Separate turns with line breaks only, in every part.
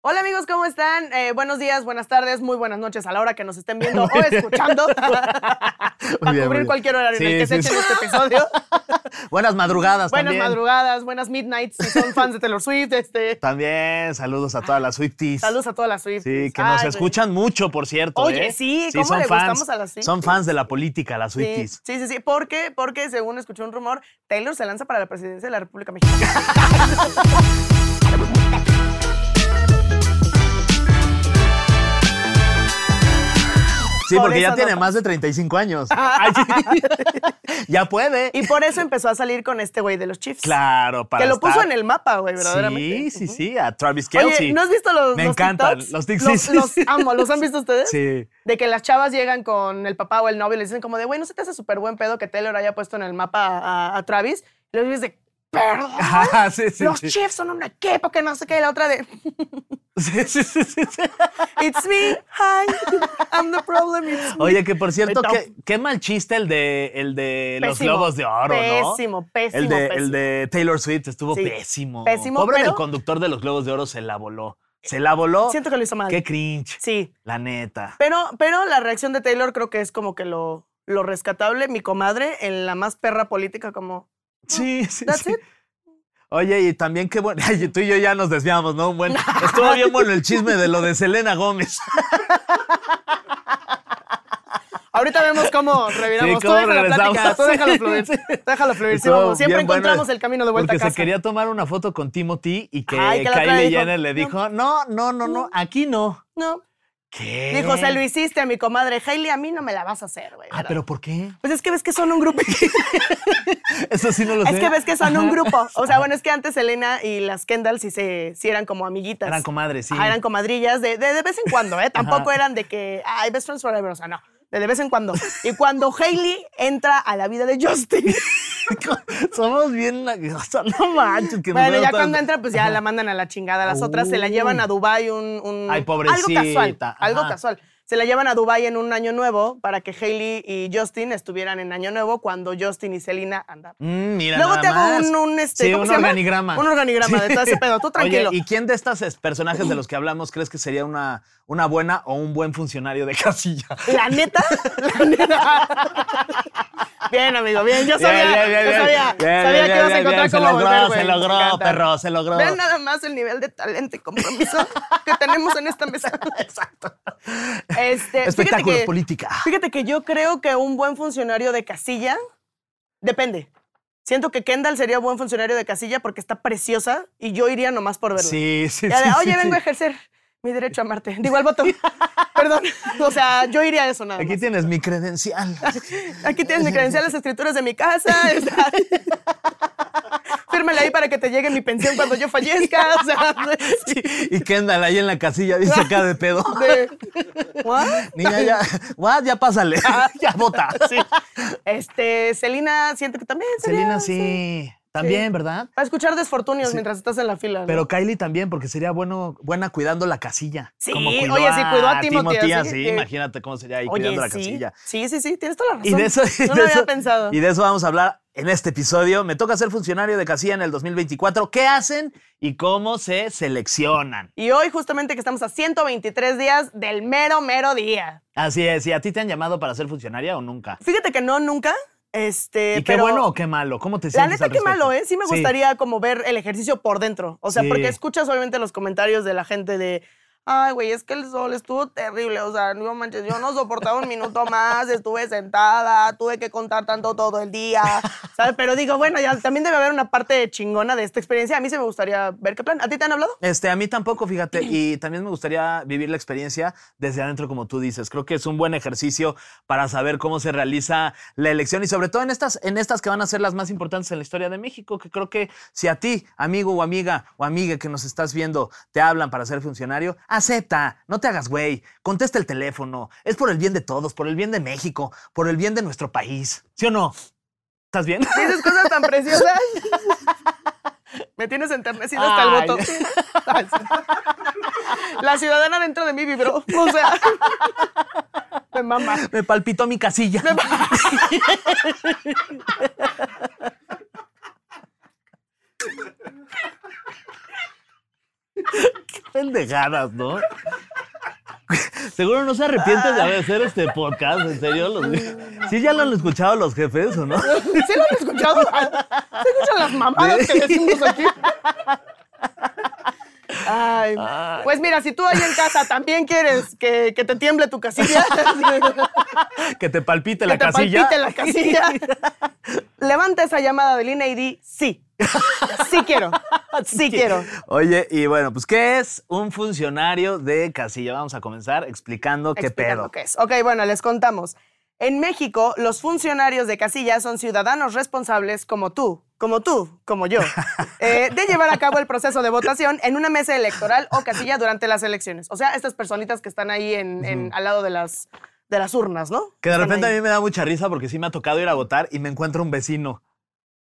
Hola amigos, ¿cómo están? Eh, buenos días, buenas tardes, muy buenas noches a la hora que nos estén viendo o escuchando. Para
Muy bien, muy
cubrir
bien.
cualquier horario en
Sí,
el que se
sí,
echen
sí.
este episodio.
Buenas madrugadas
buenas
también.
madrugadas, buenas midnights si son fans de Taylor Swift. Este,
También saludos a todas las Swifties.
saludos a todas las Swift.
Sí, que nos escuchan mucho, por cierto.
Oye,
¿eh?
sí, ¿cómo le gustamos a las Swifties?
Son fans de la política, las
Sí,
Swifties.
sí, sí, sí. ¿Por qué? Porque según escuché un rumor, Taylor se lanza para la presidencia de la República Mexicana.
Sí,
Por
porque
eso
ya
no
tiene
pa-
más de 35 años. Ay, sí. ya puede.
Y por eso empezó a salir con este güey de los Chiefs.
claro, para
Que lo puso
estar-
en el mapa, güey,
Sí,
verdaderamente.
sí, sí, a Travis Kelce.
Oye, ¿no has visto los
Me
los
encantan
TikToks?
los tics. sí,
Los,
sí.
los amo. ¿Los han visto ustedes?
Sí.
De que las chavas llegan con el papá o el novio y le dicen como de, güey, ¿no se te hace súper buen pedo que Taylor haya puesto en el mapa a, a Travis? Y los dices de, perdón,
Ajá, sí, sí,
los
sí.
Chiefs son un equipo que no sé qué. Y la otra de,
Sí, sí, sí, sí, sí.
it's me, hi, I'm the problem, it's me.
Oye, que por cierto,
Está-
qué, qué mal chiste el de, el de los
Pésimo.
globos de oro, ¿no?
Pésimo, pésimo,
El de,
pésimo.
el de Taylor Swift estuvo
Sí,
pésimo.
pésimo,
Pobre
pero-
del conductor de los globos de oro, se la voló. Se la voló.
Siento que lo hizo mal.
Qué cringe.
Sí,
La neta.
pero, pero la reacción de Taylor creo que es como que lo, lo rescatable. Mi comadre en la más perra política como,
Sí, sí,
that's
sí.
it.
Oye, y también qué bueno. Ay, tú y yo ya nos desviamos, ¿no? Bueno, estuvo bien bueno el chisme de lo de Selena Gómez.
Ahorita vemos cómo reviramos.
Sí, cómo
tú déjalo
regresamos.
plática, tú déjalo fluir.
Sí.
Déjalo fluir. sí,
Estuvo
vamos. Siempre
bien bueno,
encontramos el camino de vuelta
porque
a casa.
se quería tomar una foto con Timothy y que,
Ay, que la otra
Kylie
dijo,
Jenner le dijo, no, no, no, no, aquí no.
No.
¿Qué?
Dijo, se lo hiciste a mi comadre Hailey, a mí no me la vas a hacer, güey.
Eh. Ah,
¿verdad?
pero ¿por qué?
Pues es que ves que son un grupo.
Eso sí no lo sé.
es que ves que son un
pues Ajá.
grupo. O sea, bueno, es que antes Elena y las Kendall sí, se, sí eran como amiguitas.
Eran comadres, sí.
Ajá, Ah, eran comadrillas de, de, de vez en cuando, ¿eh? Tampoco eran de que, ay, best friends forever. O sea, no. De, de vez en cuando. Y cuando Hailey entra a la vida de Justin.
Somos bien. o sea, no manches, que nos
Bueno,
vemos
ya
todas- Uh.
cuando entra, pues ya la mandan a la chingada. Las otras se la llevan a Dubai un, un-
Ay,
algo casual,
pobrecita,
algo
ajá.
casual. Se la llevan a Dubai en un año nuevo para que Hailey y Justin estuvieran en año nuevo cuando Justin y Selena andaban.
Mm, mira,
Luego
nada
te hago
más.
un, un, este,
Sí,
¿cómo
un
se llama?
organigrama.
Un organigrama de
Sí.
todo ese pedo. Tú tranquilo.
Oye, ¿y quién de estos es- personajes de los que hablamos crees que sería una, una buena o un buen funcionario de casilla?
La neta, la neta. Bien, amigo, bien. Yo sabía,
Bien, bien,
yo
bien,
sabía,
bien,
sabía
bien,
que ibas a
bien,
encontrar
bien, se
cómo
logró,
volver,
Se
güey. Me
logró,
encanta.
perro, se logró.
Vean nada más el nivel de talento y compromiso que tenemos en esta mesa. Exacto. Este,
Espectáculos,
fíjate que,
política.
Fíjate que yo creo que un buen funcionario de casilla depende. Siento que Kendall sería buen funcionario de casilla porque está preciosa y yo iría nomás por verla.
Sí, sí, sí.
Ya de,
sí,
Oye,
sí.
vengo a ejercer mi derecho a amarte. Digo al voto. Perdón. O sea, yo iría a eso nada
Aquí
más.
tienes mi credencial.
Aquí tienes mi credencial, las escrituras de mi casa. está- Fírmale ahí para que te llegue mi pensión cuando yo fallezca. O sea,
Sí, y Kendall ahí en la casilla dice acá de pedo.
de- ¿What?
Niña, ya, what, ya pásale. ya vota.
Ah. Sí. Este, Celina, siento que también. sería-
Selena, sí. También, ¿verdad?
Para escuchar desfortunios mientras estás en la fila. ¿no?
Pero Kylie también, porque sería bueno, buena cuidando la casilla.
Sí,
Como cuidó
oye, sí, cuidó a Timothy, así
así,
que-
imagínate cómo sería ahí
Oye,
cuidando la
sí,
casilla.
sí, sí, sí, tienes toda la razón.
Y de eso,
no
y de
lo había
eso-
pensado.
y de eso vamos a hablar en este episodio. Me toca ser funcionario de casilla en el 2024. ¿Qué hacen y cómo se seleccionan?
Y hoy, justamente, que estamos a 123 días del mero, mero día.
Así es, ¿y a ti te han llamado para ser funcionaria o nunca?
Fíjate que no, nunca. Este,
¿Y qué
pero
bueno o qué malo? ¿Cómo te
La
sientes?
neta,
al
qué
respecto?
malo, ¿eh? Sí me gustaría como ver el ejercicio por dentro. O sea,
Sí.
porque escuchas obviamente los comentarios de la gente de. Ay, güey, es que el sol estuvo terrible. O sea, no manches, yo no soportaba un minuto más. Estuve sentada, tuve que contar tanto todo el día. ¿sabes? Pero digo, bueno, ya también debe haber una parte chingona de esta experiencia. A mí se me gustaría ver qué plan. ¿A ti te han hablado?
Este, a mí tampoco, fíjate, y también me gustaría vivir la experiencia desde adentro, como tú dices. Creo que es un buen ejercicio para saber cómo se realiza la elección y sobre todo en estas, en estas que van a ser las más importantes en la historia de México, que creo que si a ti, amigo o amiga o amiga que nos estás viendo, te hablan para ser funcionario, acepta, no te hagas güey, contesta el teléfono. Es por el bien de todos, por el bien de México, por el bien de nuestro país. ¿Sí o no? ¿Estás bien?
Dices cosas tan preciosas. Me tienes enternecido hasta el
Ay.
voto. La ciudadana dentro de mí vibró. O sea, me mama.
Me palpitó mi casilla. Qué pendejadas, ¿no? Seguro no se arrepientes de hacer este podcast, en serio. Los- ¿Sí ya lo han escuchado los jefes o no?
¿Sí lo han escuchado? ¿Se escuchan las mamadas que decimos aquí? Ay, pues mira, si tú ahí en casa también quieres que, que te tiemble tu casilla,
Que te palpite
que
la
te
casilla.
palpite la casilla, levanta esa llamada del INE y di sí. Sí quiero. Sí quiero.
Oye, y bueno, pues, ¿qué es un funcionario de casilla? Vamos a comenzar explicando qué
explicando
pedo.
qué es. Ok, bueno, les contamos. En México, los funcionarios de casilla son ciudadanos responsables como tú, como tú, como yo, eh, de llevar a cabo el proceso de votación en una mesa electoral o casilla durante las elecciones. O sea, estas personitas que están ahí en, en- al lado de las, de las urnas, ¿no?
Que de
Están
repente a
ahí.
mí me da mucha risa porque sí me ha tocado ir a votar y me encuentro un vecino.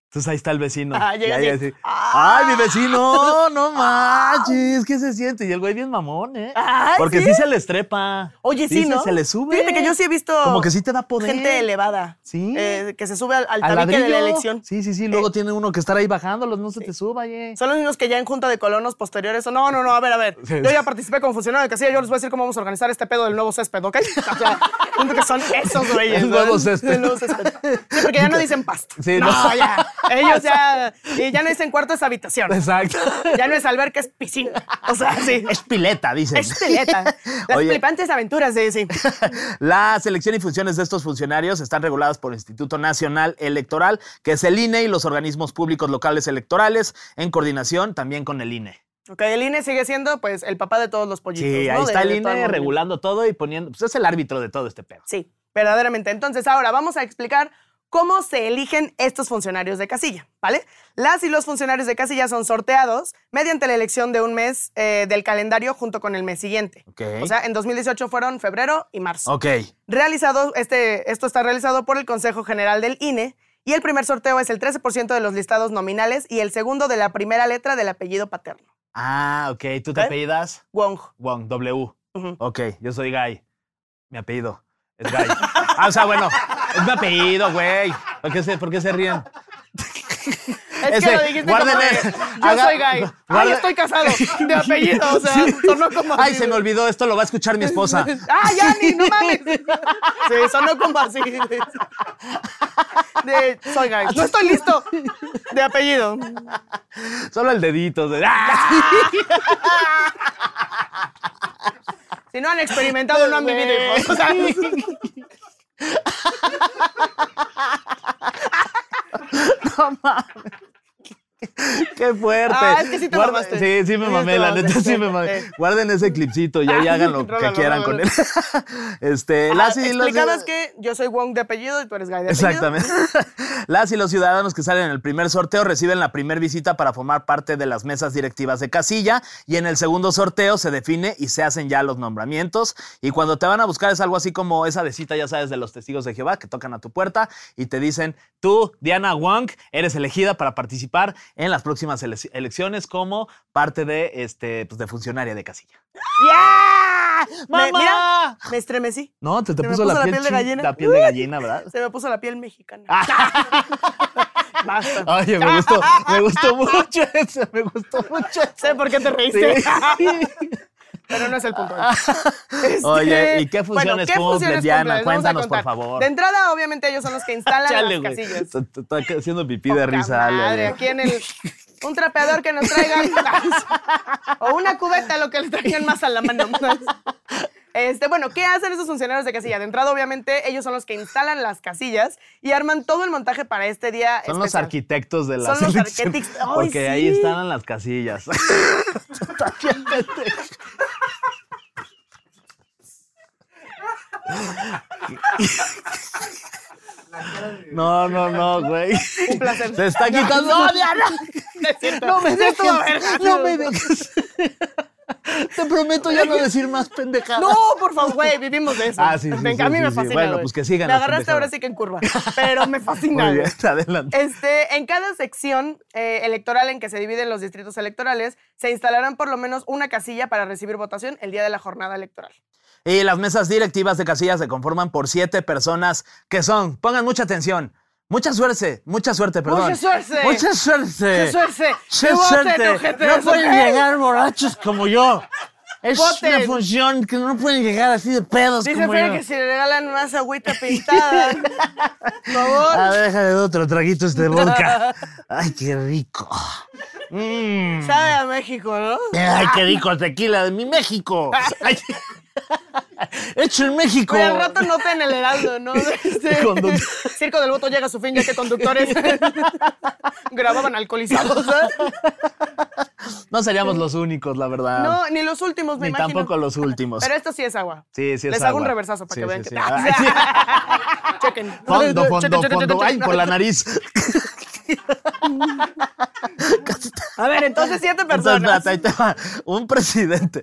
Entonces ahí está el vecino.
Ah,
y
llega
ahí
así,
así,
Ah,
¡Ay, mi vecino! ¡No manches! ¿Qué se siente? Y el güey bien mamón, ¿eh?
Ay,
porque
¿sí?
sí se les trepa.
Oye, sí,
se-
¿no?
Se les sube.
Fíjate que yo sí he visto
Como que sí te da poder.
gente elevada.
Sí.
eh, que se sube al, al
Al
tabique de la
ladrillo.
elección. Eh,
Sí, sí, sí. Luego tiene uno que estar ahí bajándolos. No se te suba, ¿eh?
Son los mismos que ya en Junta de Colonos posteriores. son, No, no, no, a ver, a ver.
Sí.
Yo ya participé como funcionario de casilla. Yo les voy a decir cómo vamos a organizar este pedo del nuevo césped, ¿ok? O sea, siento que son esos güeyes.
El
¿no?
nuevo césped.
El nuevo césped. Sí, porque ya no dicen pasto.
Sí,
no,
no.
ya. Ellos ya. Y ya no dicen cuarto, es habitación.
Exacto.
Ya no es alberca, es piscina. O sea, sí.
Es pileta, dicen.
Es pileta. Las
Oye.
flipantes aventuras, sí, sí.
La selección y funciones de estos funcionarios están reguladas por el Instituto Nacional Electoral, que es el INE y los organismos públicos locales electorales, en coordinación también con el INE.
Ok, el INE sigue siendo, pues, el papá de todos los pollitos. pues,
Sí,
¿no?
ahí
De-
está el
de todo
INE
movimiento.
regulando todo y poniendo. Pues es el árbitro de todo este pedo.
Sí, verdaderamente. Entonces, ahora vamos a explicar cómo se eligen estos funcionarios de casilla, ¿vale? Las y los funcionarios de casilla son sorteados mediante la elección de un mes eh, del calendario junto con el mes siguiente.
Ok.
O sea, en 2018 fueron febrero y marzo.
Ok.
Realizado, este, esto está realizado por el Consejo General del INE y el primer sorteo es el 13% de los listados nominales y el segundo de la primera letra del apellido paterno.
Ah, ok. ¿Tú te
¿Eh?
apellidas?
Wong.
Wong, W.
Ujú.
Ok, yo soy Guy. Mi apellido es Guy. ah, o sea, bueno, es mi apellido, güey. ¿Por qué se, por qué se ríen?
Es
Ese,
que lo dijiste
guarden
como de,
el-
yo
haga-
soy gay. Ay,
guarden-
estoy casado. De apellido, o sea,
Sí.
sonó como
Ay,
así.
se me olvidó, esto lo va a escuchar mi esposa.
¡Ah, Yanni, no mames! Sí, sonó como así. De, soy gay. No estoy listo. De apellido.
Solo el dedito. de- ¡Ah!
Si no han experimentado, no han vivido, hijos. O sea,
¡Qué fuerte!
Ah, es que sí te mamaste.
Sí, sí me
Sí,
mamé,
te
la
mamaste.
neta sí me
Sí.
mamé. Guarden ese clipcito y ahí hagan lo que
Rólalo,
quieran con él.
rólalo.
este, las y los-
Ah, explicabas que yo soy Wong de apellido y tú eres gay de apellido.
Exactamente. Las y los ciudadanos que salen en el primer sorteo reciben la primera visita para formar parte de las mesas directivas de casilla y en el segundo sorteo se define y se hacen ya los nombramientos y cuando te van a buscar es algo así como esa visita, ya sabes, de los testigos de Jehová que tocan a tu puerta y te dicen, tú, Diana Wang, eres elegida para participar en las próximas ele- elecciones como parte de, este, pues, de funcionaria de casilla.
¡Ya! Me-
¡Mamá!
mira, me estremecí.
No, te, te
Se me
puso, la, piel
de
chin-
gallina.
La piel de gallina, ¿verdad?
Se me puso la piel mexicana.
Ah, Basta. Oye, me gustó, me gustó mucho eso, me gustó mucho eso.
Sé por qué te reíste.
Sí.
Pero no es el punto. Este,
Oye, ¿y qué
bueno,
funciones
¿qué
cumplen,
funciones cumplen?
Diana?
Les vamos a
Cuéntanos, por
contar.
favor.
De entrada, obviamente, ellos son los que instalan las
Chale, güey.
casillas.
Te- te Está haciendo pipí
Poca
de risa, Ale.
madre,
güey.
aquí en el... Un trapeador que nos traigan... o una cubeta, lo que le traigan más a la mano. Este, bueno, ¿qué hacen esos funcionarios de casilla? De entrada, obviamente, ellos son los que instalan las casillas y arman todo el montaje para este día.
Son los
especial.
arquitectos de la
Son los
selección,
arquitectos. ¡Ay,
Porque ahí
sí!
estaban las casillas. Está bien, pendejo. No, no, no, güey.
Un placer.
Se está quitando.
No, Diana. Es cierto.
No me
Sí, estuvo
dejes.
verga.
No me dejes. Te prometo ya no decir más pendejadas.
No, por favor, güey, vivimos de eso.
Ah, sí, sí,
Venga,
sí,
a mí
sí,
me
sí.
fascina.
Bueno,
güey.
pues que sigan
Me
las
agarraste ahora
pendejadas.
sí que en curva, pero me fascina.
Muy bien,
güey.
adelante.
Este, en cada sección eh, electoral en que se dividen los distritos electorales, se instalarán por lo menos una casilla para recibir votación el día de la jornada electoral.
Y las mesas directivas de casillas se conforman por siete personas que son, pongan mucha atención, mucha suerte, mucha suerte, perdón.
Mucha suerte.
Mucha suerte.
¡Qué suerte!
Mucha
¡Que voten,
suerte.
ojete,
No
eso,
pueden
¿ok?
llegar borrachos como yo. Es
Voten.
una función que no pueden llegar así de pedos
Dice
como
Fer
yo.
que si le regalan más agüita pintada. Por favor.
A ver, déjale otro traguito este vodka. Ay, qué rico. Mm.
Sabe a México, ¿no?
Ay, qué rico tequila de mi México. Ay. Hecho en México.
Oye, al rato nota en el heraldo, ¿no? Este,
Conductor.
Circo del voto llega a su fin ya que conductores grababan alcoholizados. ¿eh?
No seríamos los únicos, la verdad.
No, ni los últimos, me
Ni
imagino.
tampoco los últimos.
Pero esto sí es agua.
Sí, sí, es
Les hago un
agua.
reversazo para
Sí,
que vean
sí, sí.
que. Ah,
Ay, sí.
Chequen.
Fondo,
Chequen,
fondo,
chequen,
fondo.
chequen,
Ay,
chequen.
por la nariz.
A ver, entonces siete personas.
Entonces, espérate, ahí te va. Un presidente,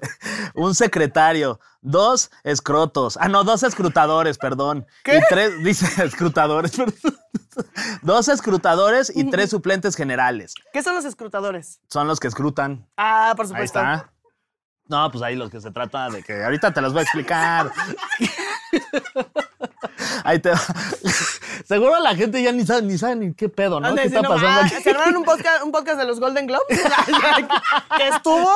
un secretario, dos escrotos. Ah, no, dos escrutadores, perdón.
¿Qué?
Y tres, dice escrutadores, perdón. Dos escrutadores y tres suplentes generales.
¿Qué son los escrutadores?
Son los que escrutan.
Ah, por
Ahí
supuesto.
está. No, pues ahí lo que se trata de que ahorita te las voy a explicar. Ahí te va. Seguro la gente ya ni sabe ni, sabe ni qué pedo, ¿no?
Ande,
¿Qué
sí,
está
no,
pasando
ah,
aquí?
¿Se armaron un podcast, un podcast de los Golden Globes? ¿Que estuvo?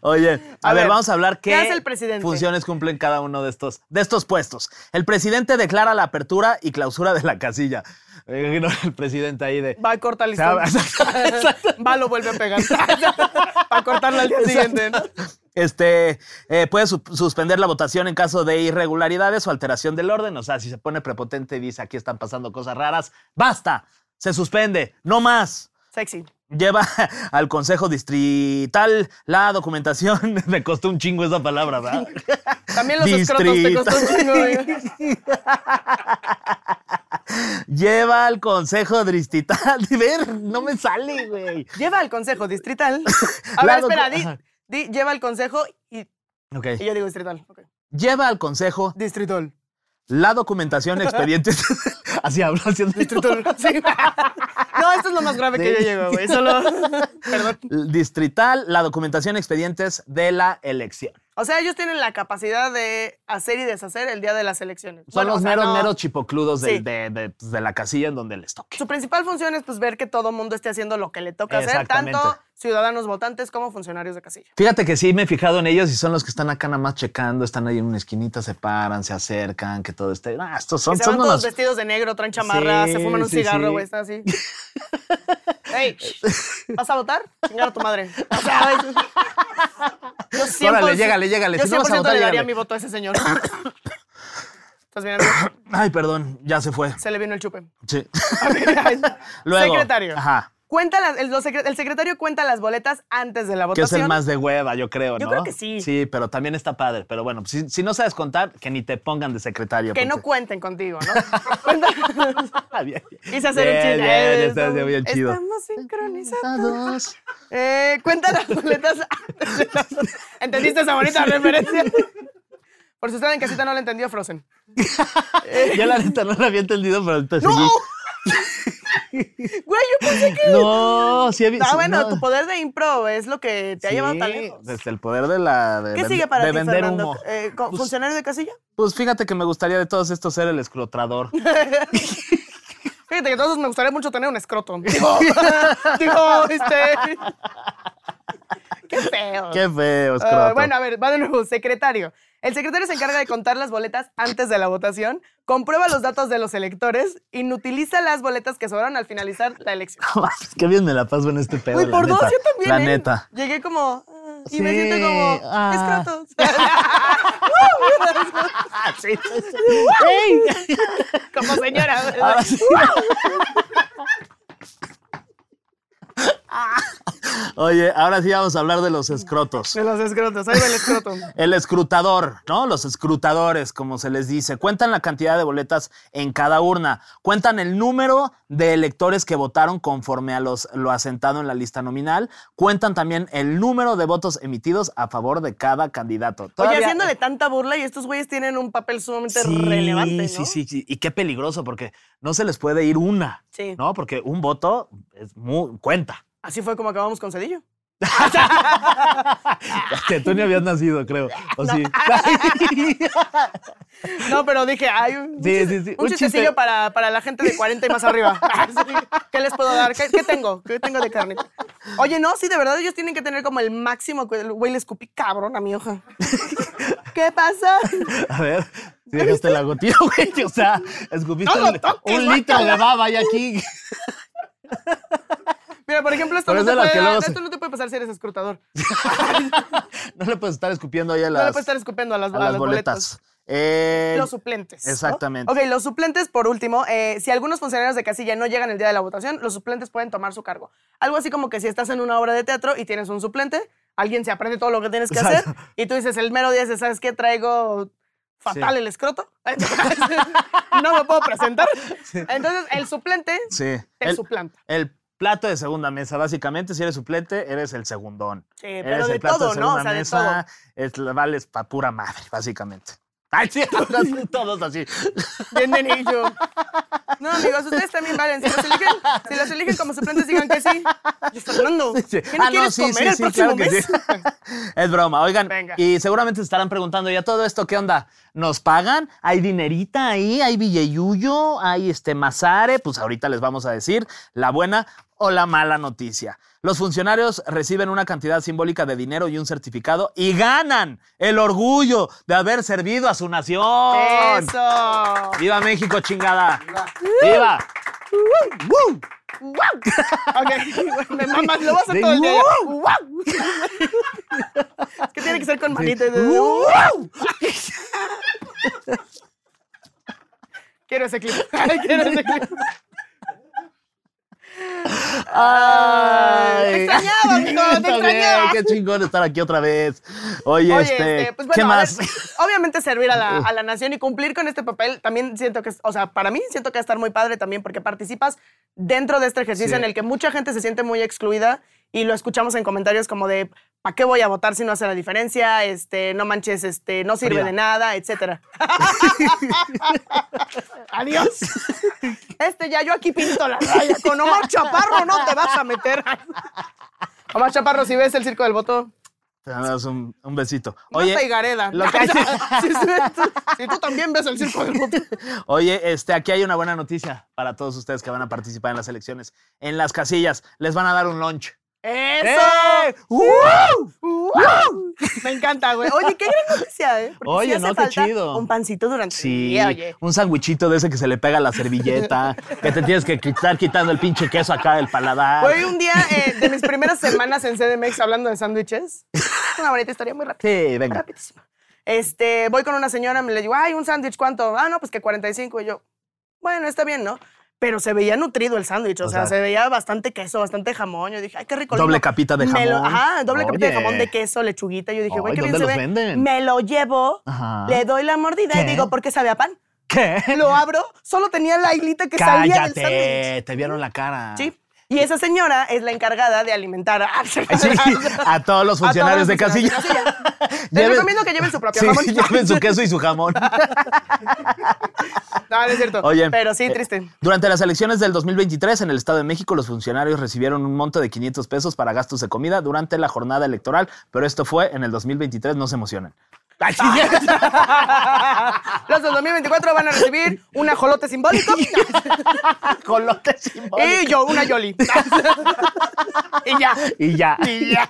Oye, a,
A
ver,
ver,
vamos a hablar qué,
¿qué hace el presidente?
funciones cumplen cada uno de estos, de estos puestos. El presidente declara la apertura y clausura de la casilla. Me imagino el presidente ahí de.
Va a cortar
Se abre-
listón. Va, lo vuelve a pegar. Para cortarlo al día siguiente, ¿no?
Este, eh, puede su- suspender la votación en caso de irregularidades o alteración del orden. O sea, si se pone prepotente y dice aquí están pasando cosas raras, basta, se suspende, no más.
Sexy.
Lleva al Consejo Distrital la documentación. Me costó un chingo esa palabra, ¿verdad?
También los escrotos te costó un chingo. ¿eh?
Lleva al Consejo Distrital. Ver, no me sale, güey.
Lleva al consejo distrital. A
La
ver, espera,
docu-
di-
Ajá.
di- lleva al consejo y, y
Ok.
yo digo distrital. ok.
Lleva al Consejo
Distrital.
la documentación expedientes. así hablo, haciendo
Distrital. Sí. No, esto es lo más grave que yo
Sí.
llego, güey. Solo. Perdón.
distrital, la documentación expedientes de la elección.
O sea, ellos tienen la capacidad de hacer y deshacer el día de las elecciones.
Son
Bueno,
los
o sea,
meros,
no.
meros chipocludos del-
Sí.
de, de- pues, de la casilla en donde les toque.
Su principal función es pues ver que todo mundo esté haciendo lo que le toca hacer,
Exactamente.
tanto ciudadanos votantes como funcionarios de casilla.
Fíjate que sí me he fijado en ellos y son los que están acá nada más checando, están ahí en una esquinita, se paran, se acercan, que todo esté. Ah, estos son,
Que se
son
van todos
unos-
vestidos de negro, traen chamarra, se
Sí,
fuman un
sí,
cigarro,
sí.
güey, está así. Ey, shh, ¿vas a votar? Chingar a tu madre. O sea, es- yo 100%,
Órale, llégale, llégale.
Yo
Si no vas a
100%
votar,
le daría
llégale.
mi voto a ese señor. Estás mirando,
Ay, perdón, ya se fue.
se le vino el chupe.
Sí. Luego,
secretario.
Ajá.
Cuenta las- el, los secre- el secretario cuenta las boletas antes de la
Que es
votación.
el más de hueva, yo creo,
Yo
¿no?
creo que sí.
Sí, pero también está padre. Pero bueno, pues, si, si no sabes contar, que ni te pongan de secretario.
que no
porque-
cuenten contigo, ¿no? Cuenta-
Bien, bien.
Quise hacer un
Bien,
chiste.
bien,
Eh,
está
estamos-
bien chido.
Estamos sincronizados. Eh, cuenta las boletas antes de la- ¿Entendiste esa bonita referencia? Por si usted en casita no la entendió, Frozen.
Yo la neta no la había entendido, pero te seguí.
Güey, yo pensé que...
No, sí había.
Ah, bueno,
no.
tu poder de impro es lo que te ha
Sí,
llevado tan lejos.
Desde el poder de la. de
¿Qué
vend-
sigue para
de
ti,
vender
Fernando?
humo.
Eh, ¿co-
Pues-
¿Funcionario de casilla?
Pues fíjate que me gustaría de todos estos ser el escrotrador.
Fíjate que entonces me gustaría mucho tener un escroto. Digo, digo, este... Qué feo.
Qué feo,
Ah,
escroto.
bueno, a ver, va de nuevo. Secretario. El secretario se encarga de contar las boletas antes de la votación, comprueba los datos de los electores, inutiliza las boletas que sobraron al finalizar la elección.
Qué bien me la paso en este pedo.
Uy,
la
por dos,
neta.
yo también.
La
¿eh?
neta.
Llegué como. ah, Y me siento como, es Kratos. Ah, como señora.
Ah,
¿verdad? Ah.
Oye, ahora sí vamos a hablar de los escrotos.
De los escrotos, ahí va el escroto.
El escrutador, ¿no? Los escrutadores, como se les dice, cuentan la cantidad de boletas en cada urna, cuentan el número de electores que votaron conforme a los, lo asentado en la lista nominal, cuentan también el número de votos emitidos a favor de cada candidato.
Oye,
Todavía-
haciéndole tanta burla y estos güeyes tienen un papel sumamente
Sí,
relevante, ¿no?
Sí, sí, sí. Y qué peligroso, porque no se les puede ir una,
Sí.
¿no? Porque un voto es muy, cuenta.
Así fue como acabamos con Cedillo.
Que tú ni habías nacido, creo. O sí.
No, pero dije, ay, un,
Sí,
chiste-
sí, sí,
un
un
chistecillo
chiste.
Para, para la gente de 40 y más arriba. Ah, Sí, ¿Qué les puedo dar? ¿Qué, qué tengo? ¿Qué tengo de carne? Oye, no, sí, de verdad, ellos tienen que tener como el máximo. que- Güey, le escupí cabrón a mi hoja. ¿Qué pasa?
A ver, si dejaste la gotilla, güey. O sea, escupiste
No lo
un-
toques,
un litro de baba y aquí.
Mira, por ejemplo, esto, no
Pero es
te,
de las
puede,
que luego se-
esto no te puede pasar si eres escrutador.
No le puedes estar escupiendo ahí a
no
las,
le puedes estar escupiendo a las,
a
a
las
los boletos.
boletas. Eh,
Los suplentes. ¿no?
Exactamente.
Ok, los suplentes, por último, eh, si algunos funcionarios de casilla no llegan el día de la votación, los suplentes pueden tomar su cargo. Algo así como que si estás en una obra de teatro y tienes un suplente, alguien se aprende todo lo que tienes que
Exacto.
hacer y tú dices el mero día, dices, ¿sabes qué? Traigo fatal el escroto. Entonces, no me puedo presentar. Entonces, el suplente
sí.
te
El,
suplanta.
el plato de segunda mesa, básicamente, si eres suplente, eres el segundón.
Sí,
Eres
pero de
el plato
todo,
de
¿no? O
segunda
sea, de todo.
mesa, es la- vales para pura madre, básicamente. Ay, sí, todos así.
Bienvenido. No, amigos, ustedes también valen. Si los eligen, si los eligen como suplentes, digan que sí. Yo, Fernando,
Sí.
¿qué no quieres comer el próximo
claro que
mes?
sí. es broma, oigan.
Venga.
Y seguramente se estarán preguntando, ¿ya todo esto qué onda? ¿Nos pagan? ¿Hay dinerita ahí? ¿Hay Villeyuyo? ¿Hay este Mazare? Pues ahorita les vamos a decir la buena o la mala noticia. Los funcionarios reciben una cantidad simbólica de dinero y un certificado y ganan el orgullo de haber servido a su nación.
Eso.
¡Viva México, chingada! ¡Viva! ¡Woo!
Ok, me mamas, lo vas a hacer
De
todo el día.
wow.
Wow. Es que tiene que ser con manita. y de-
¡Woo!
Quiero ese clip. Quiero ese clip.
Ay.
Te extrañaba, amigo, te
Está bien,
extrañaba.
Qué chingón estar aquí otra vez. Oye,
Oye,
este,
este, pues
¿qué
bueno, a ver,
más? Uh.
obviamente servir a la, a la nación y cumplir con este papel también siento que, es- o sea, para mí siento que va a estar muy padre también porque participas dentro de este ejercicio
Sí.
en el que mucha gente se siente muy excluida y lo escuchamos en comentarios como de ¿para qué voy a votar si no hace la diferencia? Este, no manches, este, no sirve
Frida.
de nada, etcétera. Adiós. Este ya yo aquí pinto la raya. Con Omar Chaparro no te vas a meter. Omar Chaparro, si ves el circo del voto,
Te damos un, un besito.
Oye,
Oye,
Marta y Gareda.
lo que hay-
si, tú, si tú también ves el circo del voto.
Oye, este, aquí hay una buena noticia para todos ustedes que van a participar en las elecciones. En las casillas les van a dar un lunch.
¡Eso!
¡Eh! ¡Woo!
¡Wow! Me encanta, güey. Oye, qué gran noticia, ¿eh? Porque
Oye,
sí hace
no, qué
falta
chido.
Un pancito durante el
Sí,
día, oye.
un sandwichito de ese que se le pega a la servilleta, que te tienes que estar quitando el pinche queso acá del paladar.
Fue un día eh, de mis primeras semanas en CDMX hablando de sándwiches. Una bonita historia muy rápida.
Sí, venga.
Rapidísima. Este, voy con una señora, me le digo, ay, un sándwich, ¿cuánto? Ah, no, pues que 45. Y yo, bueno, está bien, ¿no? Pero se veía nutrido el sándwich, o,
O
sea,
sea,
se veía bastante queso, bastante jamón. Yo dije, ay, qué rico.
Doble
lindo.
capita de
Me lo-
jamón.
ajá, doble capita de
Oye.
jamón de queso, lechuguita. Yo dije, güey,
Ay,
qué bien se
¿dónde los
ve.
venden?
Me lo llevo,
Ajá.
le doy la mordida y
¿Qué?
digo, ¿por qué sabe a pan?
¿Qué?
Lo abro, solo tenía la hilita que salía del sándwich.
Cállate, te vieron la cara.
Sí. Y esa señora es la encargada de alimentar a,
Ay, sí, a todos los
A todos
funcionarios de
los
casilla.
funcionarios de casilla. Les recomiendo que lleven su propio
Sí,
jamón.
lleven su queso y su jamón.
No, no es cierto.
Oye,
Pero sí,
eh,
triste.
Durante las elecciones del 2023 en el Estado de México, los funcionarios recibieron un monto de 500 pesos para gastos de comida durante la jornada electoral, pero esto fue en el 2023, no se emocionen. Ay, sí,
Los del 2024 van a recibir un ajolote simbólico
Colote simbólico.
y yo, una Yoli. y ya.
Y ya.
Y ya.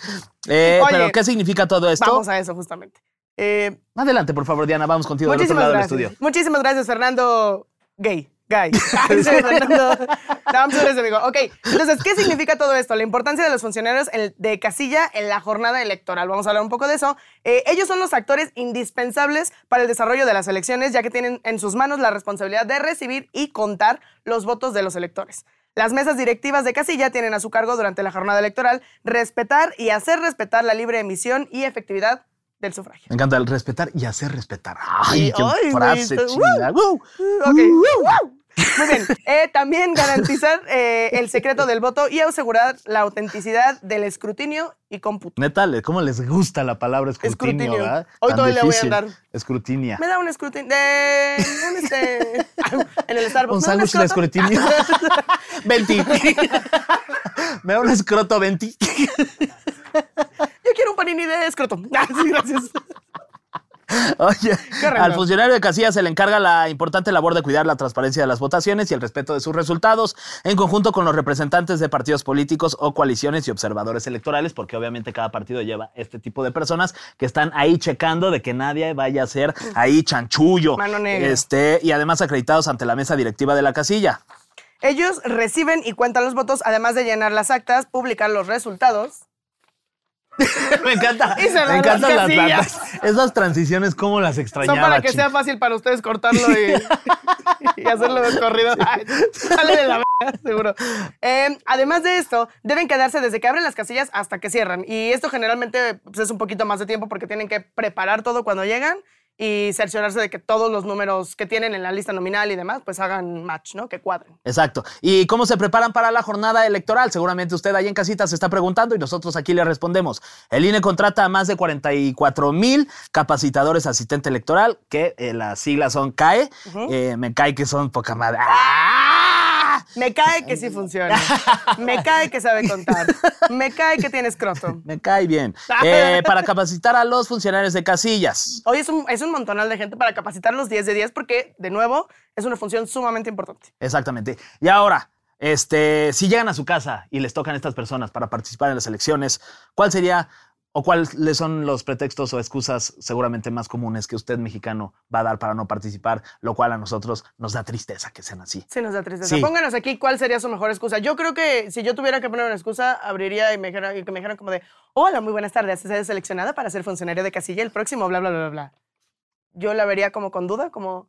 Eh,
Oye,
pero, ¿qué significa todo esto?
Vamos a eso, justamente. Eh,
Adelante, por favor, Diana, vamos contigo del otro
muchísimas
lado del
gracias.
estudio.
Muchísimas gracias, Fernando Gay. Guy. Ay, sí, Fernando. No, pues eres amigo. Ok, entonces, ¿qué significa todo esto? La importancia de los funcionarios en- de casilla en la jornada electoral. Vamos a hablar un poco de eso. Eh, ellos son los actores indispensables para el desarrollo de las elecciones, ya que tienen en sus manos la responsabilidad de recibir y contar los votos de los electores. Las mesas directivas de casilla tienen a su cargo durante la jornada electoral respetar y hacer respetar la libre emisión y efectividad del sufragio.
Me encanta el respetar y hacer respetar. Ay,
Sí,
qué
ay, güey,
frase
estoy-
chida. Wow.
Ok. Wow. Muy bien. Eh, también garantizar eh, el secreto del voto y asegurar la autenticidad del escrutinio y cómputo.
Neta, le- ¿cómo les gusta la palabra escrutinio?
Escrutinio.
¿verdad?
Hoy
Tan
todavía le voy a
difícil.
andar.
Escrutinia.
Me da un escrutinio. De, un este, en el Starbucks. ¿Me da
Un sándwich de
escroto?
escrutinio. 20. Me da un escroto 20.
Yo quiero un panini de escroto. Ah, sí, gracias.
Oye,
horrendo.
al funcionario de Casillas se le encarga la importante labor de cuidar la transparencia de las votaciones y el respeto de sus resultados, en conjunto con los representantes de partidos políticos o coaliciones y observadores electorales, porque obviamente cada partido lleva este tipo de personas que están ahí checando de que nadie vaya a ser ahí chanchullo.
Mm. Mano negra.
Este, y además acreditados ante la mesa directiva de la casilla.
Ellos reciben y cuentan los votos, además de llenar las actas, publicar los resultados.
me encanta.
Y se van
Me
las
encantan las,
casillas.
las- esas transiciones, cómo las
Son
extrañaba.
para que
chica.
sea fácil para ustedes cortarlo y, y hacerlo de corrido. Ay, Sale de la verga, seguro. Eh, además de esto, deben quedarse desde que abren las casillas hasta que cierran. Y esto generalmente pues, es un poquito más de tiempo porque tienen que preparar todo cuando llegan y cerciorarse de que todos los números que tienen en la lista nominal y demás, pues hagan match, ¿no? Que cuadren.
Exacto. ¿Y cómo se preparan para la jornada electoral? Seguramente usted ahí en casita se está preguntando y nosotros aquí le respondemos. El INE contrata a más de 44 mil capacitadores asistente electoral, que eh, las siglas son CAE. Eh, me cae que son poca madre. ¡Ah!
Me cae que sí funciona. Me cae que sabe contar. Me cae que tienes croto.
Me cae bien. Eh, para capacitar a los funcionarios de casillas.
Hoy es un, es un montonal de gente para capacitar los 10 de 10 porque, de nuevo, es una función sumamente importante.
Exactamente. Y ahora, este, si llegan a su casa y les tocan estas personas para participar en las elecciones, ¿cuál sería o cuáles son los pretextos o excusas seguramente más comunes que usted mexicano va a dar para no participar, lo cual a nosotros nos da tristeza que sean así?
Sí, nos da tristeza.
Sí.
Pónganos aquí cuál sería su mejor excusa. Yo creo que si yo tuviera que poner una excusa, abriría y me dijera, y que me dijeran como de, hola, muy buenas tardes, ¿estás seleccionada para ser funcionario de casilla el próximo, bla, bla, bla, bla, bla. Yo la vería como con duda, como,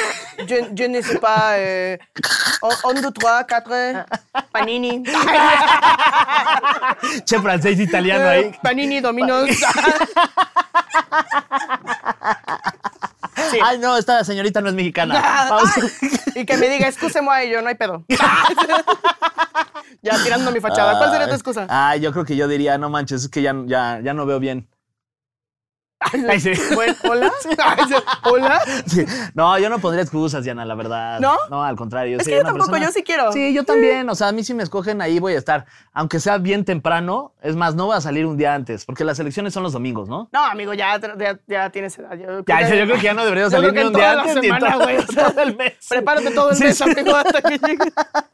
je, je ne sais pas, eh, un, un, deux, trois, quatre, panini.
Che, francés italiano
Eh, Panini, Dominos. Sí.
Ay, no, esta señorita no es mexicana. Vamos.
Y que me diga, excúseme a ello, no hay pedo. ya tirando mi fachada. ¿Cuál sería tu excusa?
Ay, yo creo que yo diría, no manches, es que ya, ya, ya no veo bien. Ay, sí.
Bueno, ¿Hola? Ay, sí, ¿Hola?
Sí. No, yo no pondría excusas, Diana, la verdad.
¿No?
No, al contrario.
Es
soy
que yo
una
tampoco, yo sí quiero.
Sí, yo también. O sea, a mí si me escogen ahí voy a estar. Aunque sea bien temprano, es más, no voy a salir un día antes, porque las elecciones son los domingos, ¿no?
No, amigo, ya, ya, ya tienes edad. Yo,
Ya, yo creo que ya no debería
Yo
salir
creo que en
ni un día
toda la
antes ni en
semana,
todo-
güey, o sea,
todo el mes.
Prepárate todo el
Sí,
mes,
sí.
amigo, hasta que llegue.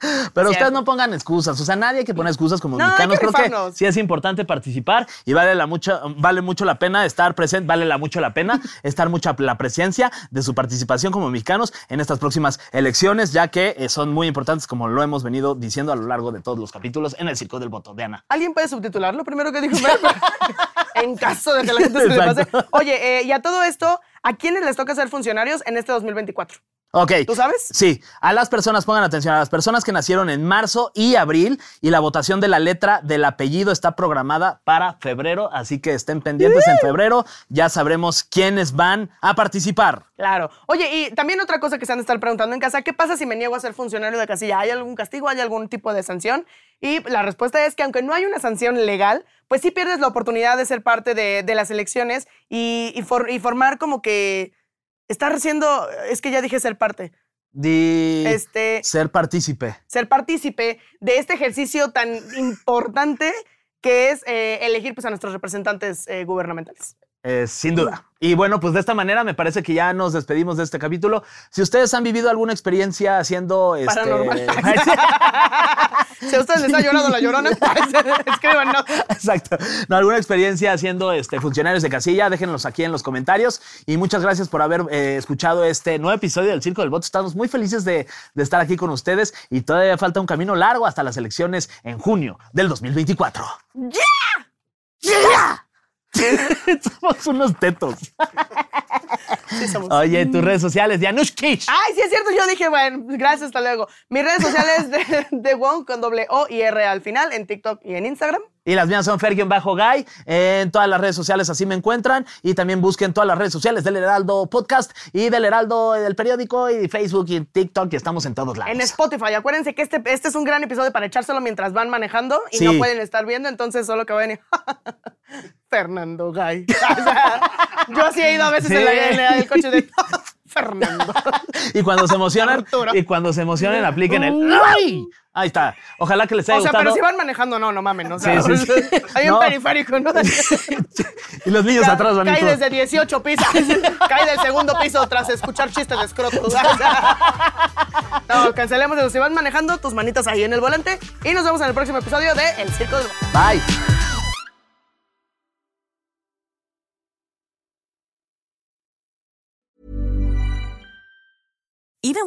Pero ustedes
Cierto.
no pongan excusas. O sea, nadie hay que poner excusas como
No, hay
mexicanos.
que
Creo que
rifarnos.
sí es importante participar y vale, la mucha, vale mucho la pena estar presente, vale la mucho la pena estar mucha la presencia de su participación como mexicanos en estas próximas elecciones, ya que eh, son muy importantes, como lo hemos venido diciendo a lo largo de todos los capítulos en el Circo del Voto. De Ana.
¿Alguien puede subtitular lo primero que dijo Mer? en caso de que la gente se le pase.
Exacto.
Oye, eh, y a todo esto, ¿a quiénes les toca ser funcionarios en este 2024?
Ok.
¿Tú sabes?
Sí. A las personas, pongan atención, a las personas que nacieron en marzo y abril y la votación de la letra del apellido está programada para febrero, así que estén pendientes en febrero. Ya sabremos quiénes van a participar.
Claro. Oye, y también otra cosa que se han de estar preguntando en casa, ¿qué pasa si me niego a ser funcionario de casilla? ¿Hay algún castigo? ¿Hay algún tipo de sanción? Y la respuesta es que aunque no hay una sanción legal, pues sí pierdes la oportunidad de ser parte de, de las elecciones y, y for- y formar como que estar siendo, es que ya dije ser parte,
Di
este,
ser partícipe.
ser partícipe de este ejercicio tan importante que es eh, elegir pues, a nuestros representantes eh, gubernamentales.
Eh, sin duda. Y bueno, pues de esta manera me parece que ya nos despedimos de este capítulo. Si ustedes han vivido alguna experiencia haciendo este,
Paranormal. Si a ustedes les ha llorado la llorona, pues, escríbanos.
Exacto. No, alguna experiencia haciendo este, funcionarios de casilla, déjenlos aquí en los comentarios. Y muchas gracias por haber eh, escuchado este nuevo episodio del Circo del Voto. Estamos muy felices de, de estar aquí con ustedes y todavía falta un camino largo hasta las elecciones en junio del 2024. ¡Ya! ¡Ya! Somos unos tetos.
Sí somos.
Oye, tus redes sociales, Janusz Kish.
Ay, sí es cierto, yo dije, bueno, gracias, hasta luego. Mis redes sociales de, de Wong con doble O y R al final, en TikTok y en Instagram.
Y las mías son bajo guy En todas las redes sociales así me encuentran. Y también busquen todas las redes sociales del Heraldo Podcast y del Heraldo eh, del Periódico y Facebook y TikTok. Y estamos en todos lados.
En Spotify, acuérdense que este, este es un gran episodio para echárselo mientras van manejando y
Sí.
no pueden estar viendo, entonces solo que vayan y... Fernando Gay. O sea, yo sí he ido a veces en, la,
Sí.
en la- el coche de... Fernando.
y cuando se emocionan,
Arturo. Mm.
y cuando se emocionen, apliquen el. ¡Ay! Ahí está. Ojalá que les haya
O sea,
gustado.
pero si van manejando, no, no mamen. O sea,
Sí, sí, sí.
hay
No.
un periférico, ¿no?
y los niños atrás van y
Cae
todo.
desde 18 pisos. Cae del segundo piso tras escuchar chistes de escroto. No, cancelemos eso. Si van manejando, tus manitas ahí en el volante. Y nos vemos en el próximo episodio de El Circo del...
Bye.
Even